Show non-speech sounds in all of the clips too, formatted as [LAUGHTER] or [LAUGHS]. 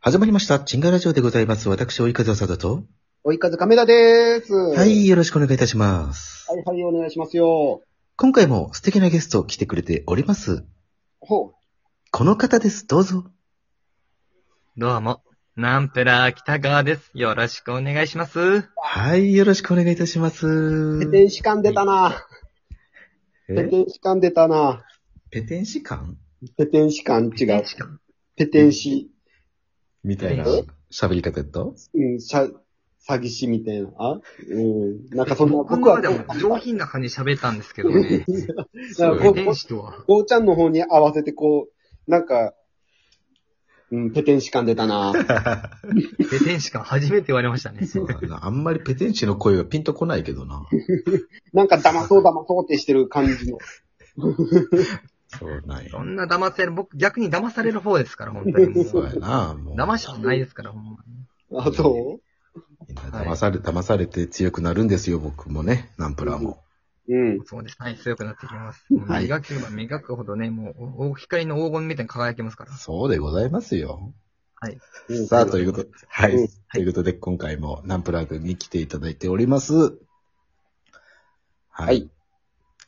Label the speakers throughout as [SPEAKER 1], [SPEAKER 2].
[SPEAKER 1] 始まりました。チンガラジオでございます。私、追い風さだと。
[SPEAKER 2] 追い風亀田でーす。
[SPEAKER 1] は、。
[SPEAKER 2] はい
[SPEAKER 1] よろしくお願いいたします。
[SPEAKER 2] はいはい、お願いしますよ。
[SPEAKER 1] 今回も素敵なゲスト来てくれております。
[SPEAKER 2] ほう。
[SPEAKER 1] この方です。どうぞ。
[SPEAKER 3] どうも、ナンプラー北川です。よろしくお願いします。
[SPEAKER 1] はい、よろしくお願いいたします。
[SPEAKER 2] ペテン士官出たな。ペテン士官出たな。
[SPEAKER 1] ペテン士官
[SPEAKER 2] ペテン士官違う。ペテン士、
[SPEAKER 1] みたいな
[SPEAKER 2] え
[SPEAKER 1] 喋り方やと
[SPEAKER 2] うん、しゃ、詐欺師みたいな。あうん。なんかそんな、
[SPEAKER 3] 僕
[SPEAKER 2] 僕は、
[SPEAKER 3] はで
[SPEAKER 2] なんか
[SPEAKER 3] も上品な感じで喋ったんですけどね。
[SPEAKER 1] そう
[SPEAKER 2] こう、
[SPEAKER 3] 天使とは。
[SPEAKER 2] ゴーちゃんの方に合わせてこう、なんか、うん、ペテン士官出た
[SPEAKER 1] [LAUGHS]
[SPEAKER 2] な。
[SPEAKER 3] で、天使か初めて言われましたね。
[SPEAKER 1] そうだな。あんまりペテン師の声がピンとこないけどな。
[SPEAKER 2] なんか騙そう騙そうってしてる感じの。
[SPEAKER 1] そうなんや
[SPEAKER 3] そ。んな騙せる、僕逆に騙される方ですから、本当にもう。
[SPEAKER 1] そうやな。もう
[SPEAKER 3] 騙したくないですから、ほんまに。
[SPEAKER 2] あ、そ
[SPEAKER 1] みんな騙され、騙されて強くなるんですよ、僕もね。ナンプラーも。
[SPEAKER 2] ううん。
[SPEAKER 3] そうです。はい、強くなってきます。もう
[SPEAKER 1] はい
[SPEAKER 3] 磨けば磨くほどね、もう、おお光の黄金みたいに輝けますから。
[SPEAKER 1] そうでございますよ。
[SPEAKER 2] うん
[SPEAKER 1] さあ、ということ、はい。
[SPEAKER 2] うん
[SPEAKER 1] ということで、今回もナンプラー君に来ていただいております。は
[SPEAKER 2] はいい。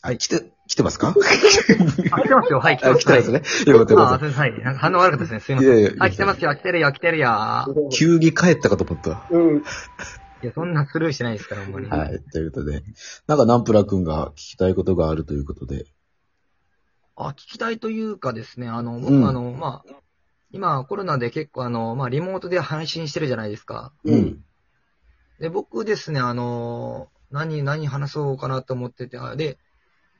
[SPEAKER 1] はい、来て、来てますか
[SPEAKER 3] あ、来てますよ。はい、来
[SPEAKER 1] [LAUGHS]
[SPEAKER 3] て
[SPEAKER 1] あ
[SPEAKER 3] ま
[SPEAKER 1] 来
[SPEAKER 3] す。
[SPEAKER 1] てますね。よかったよ
[SPEAKER 3] あ
[SPEAKER 1] か
[SPEAKER 3] あ、
[SPEAKER 1] っ
[SPEAKER 3] すいません。はい。なんか反応悪かったですね。
[SPEAKER 1] た。い
[SPEAKER 3] すいません。
[SPEAKER 1] やいや。
[SPEAKER 3] はい、来てますよ。来てるよ。来てるよ。
[SPEAKER 1] 急に帰ったかと思った。
[SPEAKER 2] うん。
[SPEAKER 3] いや、そんなスルーしてないですから、ほんまに。
[SPEAKER 1] はい。ということで、なんかナンプラー君が聞きたいことがあるということで。
[SPEAKER 3] あ、聞きたいというかですね、あの、僕
[SPEAKER 1] うん
[SPEAKER 3] あの、まあ、今コロナで結構あの、まあ、リモートで配信してるじゃないですか。
[SPEAKER 1] う
[SPEAKER 2] うんん。
[SPEAKER 3] で、僕ですね、あの、何、何話そうかなと思ってて、あで、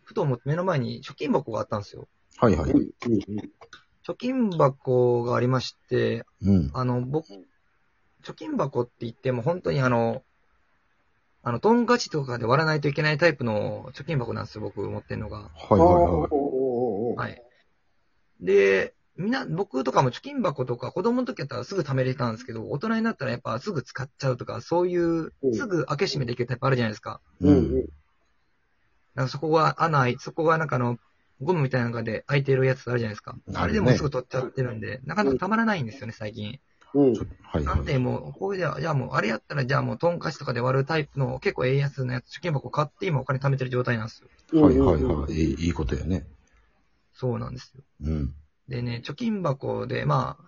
[SPEAKER 3] ふと思って目の前に貯金箱があったんですよ。
[SPEAKER 1] はいはい。
[SPEAKER 2] うん。うん
[SPEAKER 3] 貯金箱がありまして、
[SPEAKER 1] うん。
[SPEAKER 3] あの、僕、貯金箱って言っても本当にあの、あの、トンカチとかで割らないといけないタイプの貯金箱なんですよ、僕持ってるのが。
[SPEAKER 1] はいはいはい。
[SPEAKER 2] は。
[SPEAKER 3] はいい。で、みんな、僕とかも貯金箱とか子供の時やったらすぐ貯めれたんですけど、大人になったらやっぱすぐ使っちゃうとか、そういう
[SPEAKER 2] う、ん
[SPEAKER 3] すぐ開け閉めできるタイプあるじゃないですか。
[SPEAKER 2] う
[SPEAKER 1] うんん。
[SPEAKER 3] なんかそこが穴開い、そこがなんかあの、ゴムみたいな中で開いてるやつあるじゃないですか。
[SPEAKER 1] あ
[SPEAKER 3] あ
[SPEAKER 1] る
[SPEAKER 3] れ
[SPEAKER 1] ね
[SPEAKER 3] でもすぐ取っちゃってるんで、なかなかたまらないんですよね、最近。
[SPEAKER 2] うん。うん。
[SPEAKER 1] はい
[SPEAKER 3] なん
[SPEAKER 1] は
[SPEAKER 3] で
[SPEAKER 1] い。
[SPEAKER 3] もう、これでは、じゃあもう、あれやったら、じゃあもう、トンカチとかで割るタイプの結構ええやつのやつ、貯金箱買って今お金貯めてる状態なんですよ。
[SPEAKER 1] はいはいはい。いいいいことやね。
[SPEAKER 3] そうなんですよ。
[SPEAKER 1] うん。
[SPEAKER 3] でね、貯金箱で、まあ、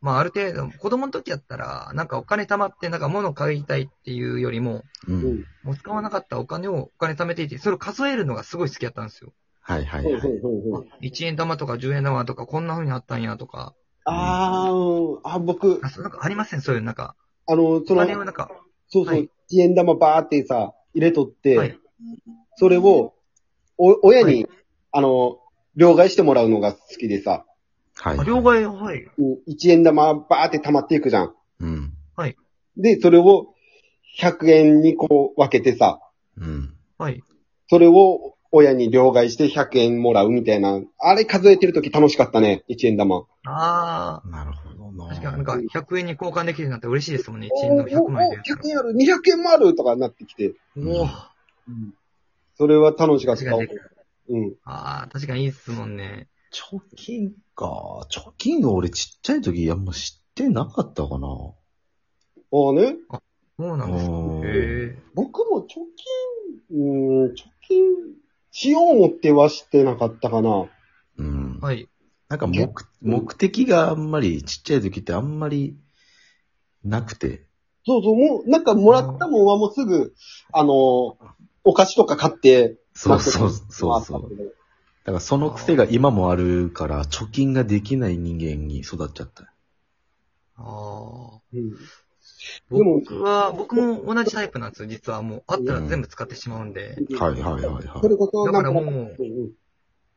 [SPEAKER 3] まあある程度、子供の時やったら、なんかお金貯まって、なんか物買いたいっていうよりも、
[SPEAKER 1] うん。
[SPEAKER 3] もう使わなかったお金をお金貯めていて、それを数えるのがすごい好きやったんですよ。
[SPEAKER 1] はいはい
[SPEAKER 2] うんうん
[SPEAKER 1] はい。
[SPEAKER 2] うんうん
[SPEAKER 3] 1円玉とか10円玉とか、こんな風にあったんやとか、
[SPEAKER 2] あーうんあ、僕
[SPEAKER 3] あ、そうなんかありません、そういうなんか。
[SPEAKER 2] あの、そ
[SPEAKER 3] お
[SPEAKER 2] の、
[SPEAKER 3] 金をなんか、
[SPEAKER 2] そうそ
[SPEAKER 3] は
[SPEAKER 2] う、
[SPEAKER 3] い
[SPEAKER 2] 1円玉バーってさ、入れとっ
[SPEAKER 3] はい
[SPEAKER 2] て、それを、お、親
[SPEAKER 3] は
[SPEAKER 2] に
[SPEAKER 3] い、
[SPEAKER 2] あの、両替してもらうのが好きでさ、
[SPEAKER 1] はい
[SPEAKER 3] あ
[SPEAKER 1] はい。
[SPEAKER 3] 両替、はい。
[SPEAKER 2] うん1円玉バーって溜まっていくじゃん。
[SPEAKER 1] うん。
[SPEAKER 2] で、それを100円にこう分けてさ、
[SPEAKER 1] うん。
[SPEAKER 3] はい。
[SPEAKER 2] それを親に両替して100円もらうみたいな、あれ数えてるとき楽しかったね、1円玉。
[SPEAKER 3] あ
[SPEAKER 1] なるほどな。
[SPEAKER 3] あ、確かになんか100円に交換できるなんて嬉しいですもんね、1円の100枚
[SPEAKER 2] お
[SPEAKER 3] で
[SPEAKER 2] ーおー。100円ある、200円もあるとかなってきて。
[SPEAKER 3] おお、
[SPEAKER 2] それは楽しかっ
[SPEAKER 3] 確
[SPEAKER 2] た
[SPEAKER 3] か。に。
[SPEAKER 2] うん。
[SPEAKER 3] ああ、確かにいいですもんね。
[SPEAKER 1] 貯金か。貯金が俺ちっちゃい時あんま知ってなかったかな。
[SPEAKER 2] ああね。
[SPEAKER 3] そうなんですか。
[SPEAKER 1] おー
[SPEAKER 3] へえ。
[SPEAKER 2] 僕も貯金、うーん、貯金しよう思ってはしてなかったかな。
[SPEAKER 1] うん。
[SPEAKER 3] はい。
[SPEAKER 1] なんか目、目的があんまり、ちっちゃい時ってあんまりなくて。
[SPEAKER 2] そうそう、もう、なんかもらったもんはもうすぐ、あのー、お菓子とか買って、
[SPEAKER 1] そう [LAUGHS] そうそうそ
[SPEAKER 2] 回った
[SPEAKER 1] う。
[SPEAKER 2] け
[SPEAKER 1] だ
[SPEAKER 2] ど
[SPEAKER 1] からその癖が今もあるから、貯金ができない人間に育っちゃった。
[SPEAKER 3] ああ。
[SPEAKER 2] うんでも
[SPEAKER 3] 僕は、僕も同じタイプなんですよ、実は。もう、あったら全部使ってしまうんで。
[SPEAKER 1] はいはいはいは
[SPEAKER 2] そ
[SPEAKER 1] い。
[SPEAKER 2] れこそ、
[SPEAKER 3] だ
[SPEAKER 2] な
[SPEAKER 3] か
[SPEAKER 2] ん
[SPEAKER 3] ら
[SPEAKER 2] か、
[SPEAKER 3] も
[SPEAKER 2] うん
[SPEAKER 3] う、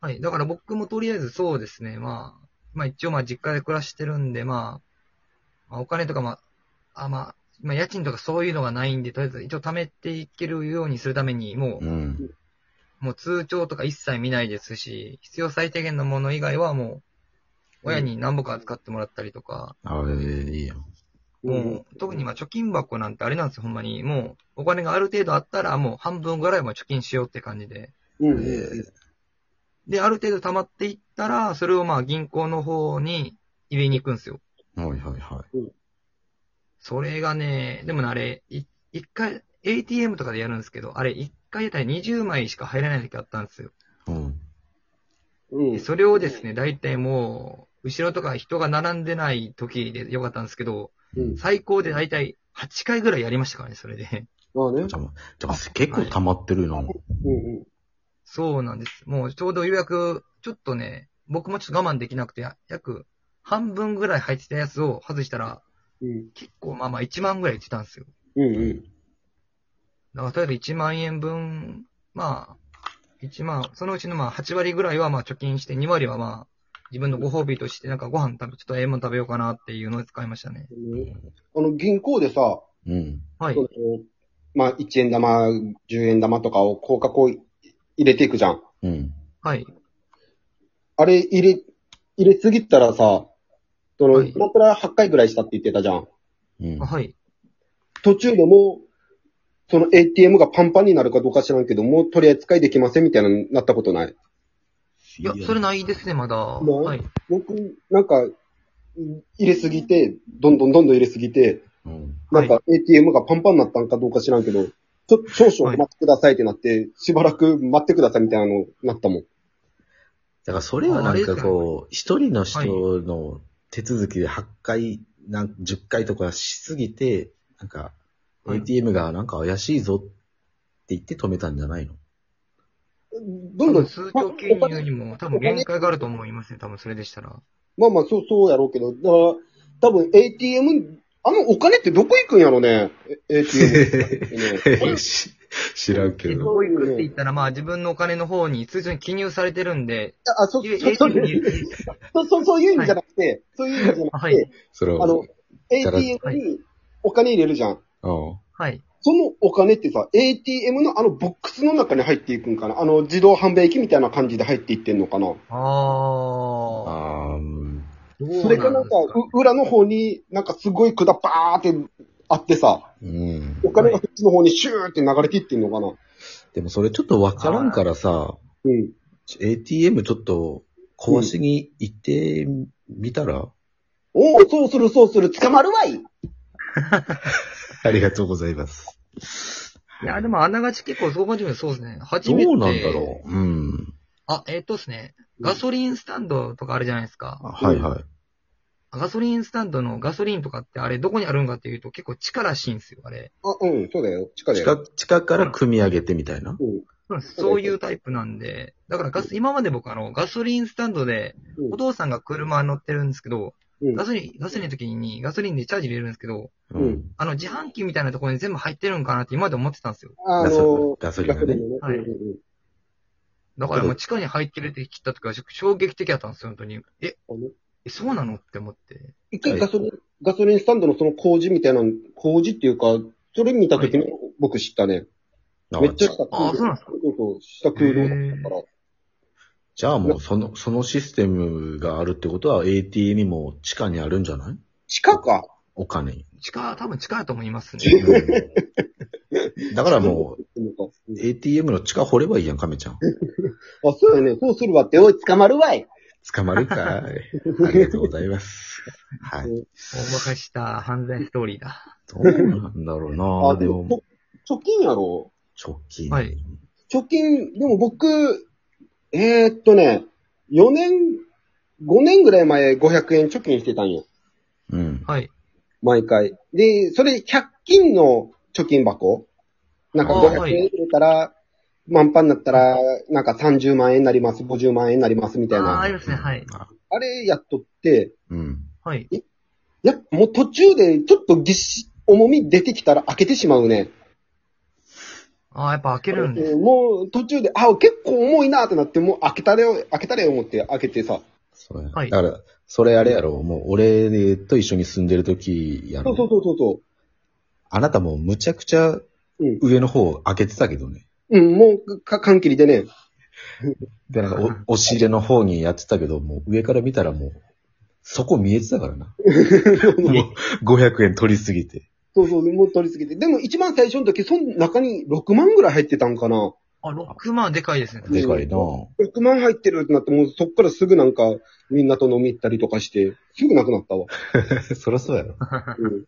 [SPEAKER 3] はい。だから僕もとりあえずそうですね、まあ、まあ一応まあ実家で暮らしてるんで、まあ、まあお金とかまあ、あまあ、まあ家賃とかそういうのがないんで、とりあえず一応貯めていけるようにするために、も
[SPEAKER 1] うん。
[SPEAKER 3] う、もう通帳とか一切見ないですし、必要最低限のもの以外はもう、親に何ぼか扱ってもらったりとか、
[SPEAKER 1] あれ、いいやん。
[SPEAKER 2] う
[SPEAKER 3] も
[SPEAKER 2] ん。
[SPEAKER 3] う、特にまあ貯金箱なんてあれなんですよ、ほんまに。もう、お金がある程度あったら、もう半分ぐらいは貯金しようって感じで。
[SPEAKER 2] うん。う
[SPEAKER 1] え
[SPEAKER 2] ん。
[SPEAKER 1] ー
[SPEAKER 3] で、ある程度溜まっていったら、それをまあ銀行の方に入れに行くんですよ。
[SPEAKER 1] はいはいは
[SPEAKER 3] それがね、でもね、あれ、い一回、ATM とかでやるんですけど、あれ、一回やったら20枚しか入らない時あったんですよ。
[SPEAKER 1] い。うん。
[SPEAKER 2] う
[SPEAKER 3] で
[SPEAKER 2] ん。
[SPEAKER 3] それをですね、大体もう、後ろとか人が並んでない時でよかったんですけど、
[SPEAKER 2] うん
[SPEAKER 3] 最高で大体8回ぐらいやりましたからね、それで。
[SPEAKER 2] まあね。
[SPEAKER 1] じゃあ、じゃあ結構溜まってるな。
[SPEAKER 2] うんうん。
[SPEAKER 3] そうなんです。もうちょうど予約、ちょっとね、僕もちょっと我慢できなくて、や約半分ぐらい入ってたやつを外したら、
[SPEAKER 2] うん
[SPEAKER 3] 結構まあまあ1万ぐらいいってたんですよ。
[SPEAKER 2] うんうん。
[SPEAKER 3] だから例えば1万円分、まあ、1万、そのうちのまあ8割ぐらいはまあ貯金して、2割はまあ自分のご褒美として、なんかご飯食べ、ちょっとええもん食べようかなっていうのを使いましたね。
[SPEAKER 2] あの、銀行でさ、
[SPEAKER 1] うん。
[SPEAKER 3] はい
[SPEAKER 2] そ。のまあ、1円玉、10円玉とかを、こうかこう入れていくじゃん。
[SPEAKER 1] うん。
[SPEAKER 3] はい。
[SPEAKER 2] あれ、入れ、入れすぎたらさ、その、
[SPEAKER 3] はい
[SPEAKER 2] 今から8回ぐらいしたって言ってたじゃん。
[SPEAKER 1] うん
[SPEAKER 3] あ。はい。
[SPEAKER 2] 途中でもう、その ATM がパンパンになるかどうか知らんけど、もうとりあえず使いできませんみたいなのになったことない。
[SPEAKER 1] い
[SPEAKER 3] いや、それないですね、まだ。
[SPEAKER 2] う
[SPEAKER 3] はい。
[SPEAKER 2] 僕、なんか、入れすぎて、どんどんどんどん入れすぎて、
[SPEAKER 1] うん。
[SPEAKER 2] なんか ATM がパンパンになったんかどうか知らんけど、ちょ、少々お待ちくださいってなって、しばらく待ってくださいみたいなのなったもん。
[SPEAKER 1] だからそれはなんかこう、一人の人
[SPEAKER 3] はい
[SPEAKER 1] の手続きで8回、なん10回とかしすぎて、なんか
[SPEAKER 3] はい
[SPEAKER 1] ATM がなんか怪しいぞって言って止めたんじゃ [LAUGHS] ないの
[SPEAKER 2] どんど
[SPEAKER 3] 多分
[SPEAKER 2] ん、
[SPEAKER 3] 通帳記入にも多分限界があると思いますね、多分それでしたら。
[SPEAKER 2] まあまあ、そう、そうやろうけど、だから、多分 ATM、あのお金ってどこ行くんやろね、
[SPEAKER 1] [LAUGHS]
[SPEAKER 2] え ATM ね。
[SPEAKER 1] し知らんけ
[SPEAKER 3] で、
[SPEAKER 1] ど。
[SPEAKER 3] 教育って言ったら、まあ自分のお金の方に通常に記入されてるんで、
[SPEAKER 2] あ、そ、
[SPEAKER 3] ゆ
[SPEAKER 2] そ、そ
[SPEAKER 3] ATM に、
[SPEAKER 2] そう、そう、そういう意味じゃなくて、そういう意味じゃなくて、
[SPEAKER 3] はい
[SPEAKER 1] それ
[SPEAKER 2] あの、
[SPEAKER 1] だから
[SPEAKER 2] ATM にお金入れるじゃん。
[SPEAKER 1] うん。
[SPEAKER 3] はい。
[SPEAKER 2] そのお金ってさ、ATM のあのボックスの中に入っていくんかなあの自動販売機みたいな感じで入っていってんのかな
[SPEAKER 3] ああ
[SPEAKER 1] あーうん
[SPEAKER 3] ー。
[SPEAKER 2] それがなんか、う裏の方になんかすごい管バーってあってさ、
[SPEAKER 1] うん。
[SPEAKER 2] お金がそっちの方にシューって流れていってんのかな
[SPEAKER 1] でもそれちょっとわからんからさ、
[SPEAKER 2] うん。
[SPEAKER 1] ATM ちょっと壊しに行ってみたら、
[SPEAKER 2] おお、そうするそうする、捕まるわい
[SPEAKER 1] ありがとうございます。
[SPEAKER 3] いや、でもあながち結構そこまでそうですね。初
[SPEAKER 1] ど
[SPEAKER 3] めて。
[SPEAKER 1] うなんだろううん。
[SPEAKER 3] あ、えっ、とですね。ガソリンスタンドとかあるじゃないですか。
[SPEAKER 1] あはいはい。
[SPEAKER 3] ガソリンスタンドのガソリンとかってあれどこにあるんかっていうと結構地下らしいんですよ、あれ。
[SPEAKER 2] あ、うん、そうだよ。地下だ
[SPEAKER 1] 地
[SPEAKER 2] よ。
[SPEAKER 1] 下、地下から組み上げてみたいな。
[SPEAKER 2] うん。
[SPEAKER 3] そういうタイプなんで。だからガス、今まで僕あの、ガソリンスタンドで
[SPEAKER 2] うん
[SPEAKER 3] お父さんが車乗ってるんですけど、
[SPEAKER 2] うん
[SPEAKER 3] ガソリン、ガソリンの時にガソリンでチャージ入れるんですけど、
[SPEAKER 2] うん
[SPEAKER 1] うん。
[SPEAKER 3] あの自販機みたいなところに全部入ってるんかなって今まで思ってたんですよ。
[SPEAKER 2] あ
[SPEAKER 1] ガ
[SPEAKER 2] の
[SPEAKER 1] ソ、ガソリン
[SPEAKER 2] ガ
[SPEAKER 1] が
[SPEAKER 2] ソリ
[SPEAKER 1] ね。
[SPEAKER 2] ンの
[SPEAKER 3] は
[SPEAKER 2] ね。
[SPEAKER 3] い
[SPEAKER 2] うんうんうん
[SPEAKER 3] だからもう地下に入ってるって切った時は衝撃的だったんですよ、本当に。え
[SPEAKER 2] あの、
[SPEAKER 3] えそうなのって思って。
[SPEAKER 2] 一回ガソリン、ガソリンスタンドのその工事みたいな、工事っていうか、それ見た時の僕知ったね。
[SPEAKER 1] あ
[SPEAKER 2] めっちゃした空
[SPEAKER 3] あ、そうなんですか
[SPEAKER 2] そうそう、した空洞だったから。
[SPEAKER 1] じゃあもうその、そのシステムがあるってことは AT にも地下にあるんじゃない
[SPEAKER 2] 地下か。
[SPEAKER 1] お金に。
[SPEAKER 3] 地下、多分地下だと思います
[SPEAKER 2] [LAUGHS]
[SPEAKER 3] ね。
[SPEAKER 1] うんだからもう、
[SPEAKER 2] う。
[SPEAKER 1] ATM の地下掘ればいいやん、亀ちゃん。
[SPEAKER 2] あ、そうやね。そうするわって。おい、捕まるわい。
[SPEAKER 1] 捕まる
[SPEAKER 2] [LAUGHS]
[SPEAKER 1] かい。ありがとうございます。はい。
[SPEAKER 3] 大馬鹿した犯罪ストーリーだ。
[SPEAKER 1] どうなんだろう
[SPEAKER 2] あ、
[SPEAKER 1] なで
[SPEAKER 2] で
[SPEAKER 1] も、
[SPEAKER 2] も、ちょ貯金やろ。
[SPEAKER 1] 直近。
[SPEAKER 3] はい
[SPEAKER 2] 貯金、でも僕、えー、っとね、4年、5年ぐらい前500円貯金してたんよ。
[SPEAKER 1] うん。
[SPEAKER 3] はい。
[SPEAKER 2] 毎回。で、それ100均の貯金箱なんか
[SPEAKER 1] あ
[SPEAKER 2] 500
[SPEAKER 3] はい
[SPEAKER 2] 円入れたら、満帆になったら、なんか30万円になります、50万円になります、みたい
[SPEAKER 3] あー
[SPEAKER 2] な。
[SPEAKER 3] ありますねはい
[SPEAKER 1] あ
[SPEAKER 2] あれやっとって、
[SPEAKER 1] うん。
[SPEAKER 3] はい。
[SPEAKER 2] やっぱもう途中でちょっとぎっし、重み出てきたら開けてしまうね。
[SPEAKER 3] ああ、やっぱ開けるんです。
[SPEAKER 2] もう途中で、あ、結構重いなってなって、もう開けたれよ、開けたれよ思って開けてさ。
[SPEAKER 1] そうや。
[SPEAKER 3] はい
[SPEAKER 1] だから、それあれやろ、もう俺と一緒に住んでる時や
[SPEAKER 2] そうそう
[SPEAKER 1] ろ。
[SPEAKER 2] そうそうそ
[SPEAKER 1] あなたもうむちゃくちゃ
[SPEAKER 2] うん
[SPEAKER 1] 上の方開けてたけどね。
[SPEAKER 2] う。うん、もう、か、缶切りでね。
[SPEAKER 1] で、なんかお、押し入れの方にやってたけど、もう上から見たらもう、そこ見えてた
[SPEAKER 2] [LAUGHS]
[SPEAKER 1] からな。もう、500円取りすぎて。
[SPEAKER 2] そうそう、もう取りすぎて。でも一番最初の時、その中に6万ぐらい入ってたんかな。
[SPEAKER 3] あ、6万でかいですね。
[SPEAKER 1] でかいな [LAUGHS]
[SPEAKER 2] 6万入ってるってなって、もうそっからすぐなんか、みんなと飲み行ったりとかして、すぐなくな
[SPEAKER 3] [LAUGHS]
[SPEAKER 2] ったわ。
[SPEAKER 1] そりゃそうやろ。
[SPEAKER 2] うん。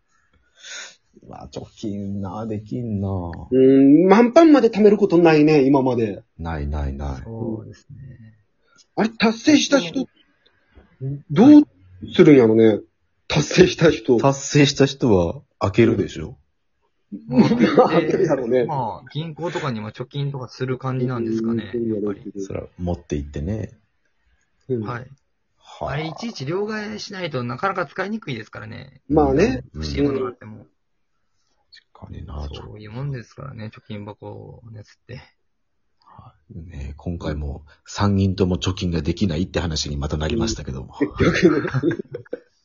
[SPEAKER 1] まあ、貯金な、できんな。
[SPEAKER 2] うん、満パンまで貯めることないね、今まで。
[SPEAKER 1] ないないない。
[SPEAKER 3] そうですね。
[SPEAKER 2] あれ、達成した人、どうするんやろね。達成した人。
[SPEAKER 1] 達成した人は開けるでしょ。
[SPEAKER 3] ま
[SPEAKER 2] まあ [LAUGHS] やろうね
[SPEAKER 3] まあ、銀行とかにも貯金とかする感じなんですかね。やっぱり。
[SPEAKER 1] そら、持って行ってね。
[SPEAKER 2] うん
[SPEAKER 3] はい。
[SPEAKER 1] は
[SPEAKER 3] あれ、いちいち両替しないとなかなか使いにくいですからね。
[SPEAKER 2] まあね。
[SPEAKER 1] うん
[SPEAKER 3] 欲しいものがあっても。
[SPEAKER 1] 確かにな、ち
[SPEAKER 3] そ
[SPEAKER 1] ょ
[SPEAKER 3] ういうもんですからね、貯金箱のやつって。
[SPEAKER 1] ね今回も3人とも貯金ができないって話にまたなりましたけども。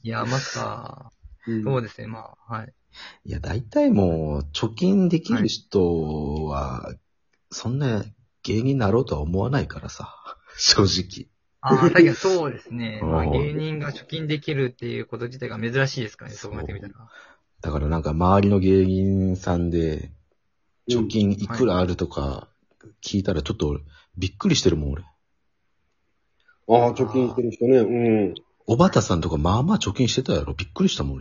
[SPEAKER 3] いや、まさ
[SPEAKER 2] うん
[SPEAKER 3] そうですね、まあ、はい。
[SPEAKER 1] いや、大体もう、貯金できる人は、そんな芸人になろうとは思わないからさ。 [LAUGHS] 正直。
[SPEAKER 3] あ [LAUGHS] あ、確かにそうですね。
[SPEAKER 1] うん
[SPEAKER 3] まあ、芸人が貯金できるっていうこと自体が珍しいですからね、
[SPEAKER 1] そ
[SPEAKER 3] そうう考えてみたら。
[SPEAKER 1] だからなんか周りの芸人さんで、貯金いくらあるとか聞いたらちょっとびっくりしてるもん俺。
[SPEAKER 2] ああ、貯金してる人ね。うん。
[SPEAKER 1] おばたさんとかまあまあ貯金してたやろ。びっくりしたもん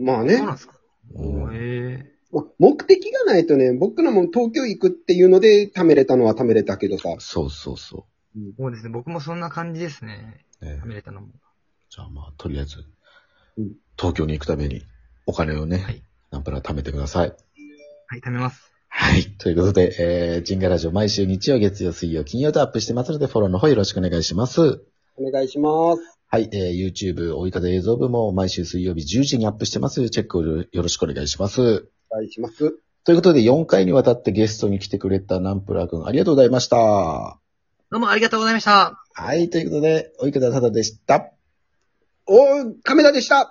[SPEAKER 2] まあ
[SPEAKER 3] そう
[SPEAKER 2] ね
[SPEAKER 3] なん。ですか
[SPEAKER 1] 俺。うん
[SPEAKER 3] へえ。
[SPEAKER 2] まあ目的がないとね、僕らも東京行くっていうので、貯めれたのは貯めれたけどさ。
[SPEAKER 1] そうそうそ
[SPEAKER 3] そうですね、僕もそんな感じですね。
[SPEAKER 1] う。ね
[SPEAKER 3] 食べれたのも。
[SPEAKER 1] じゃあまあ、とりあえず
[SPEAKER 2] うん、
[SPEAKER 1] 東京に行くためにお金をね、
[SPEAKER 3] はい
[SPEAKER 1] なんぱら貯めてください。
[SPEAKER 3] はい、食べます。
[SPEAKER 1] はい。ということで、えー、ジンガラジオ毎週日曜、月曜、水曜、金曜とアップしてますので、フォローの方よろしくお願いします。
[SPEAKER 2] お願いします。
[SPEAKER 1] はい。えー、YouTube、おいたで映像部も毎週水曜日10時にアップしてます。チェックをよろしくお願いします。
[SPEAKER 2] お願いします。
[SPEAKER 1] ということで、4回にわたってゲストに来てくれたナンプラー君、ありがとうございました。は
[SPEAKER 3] どうもありがとうございました。
[SPEAKER 1] い。ということで、おいただただでした。
[SPEAKER 2] おー、亀田でした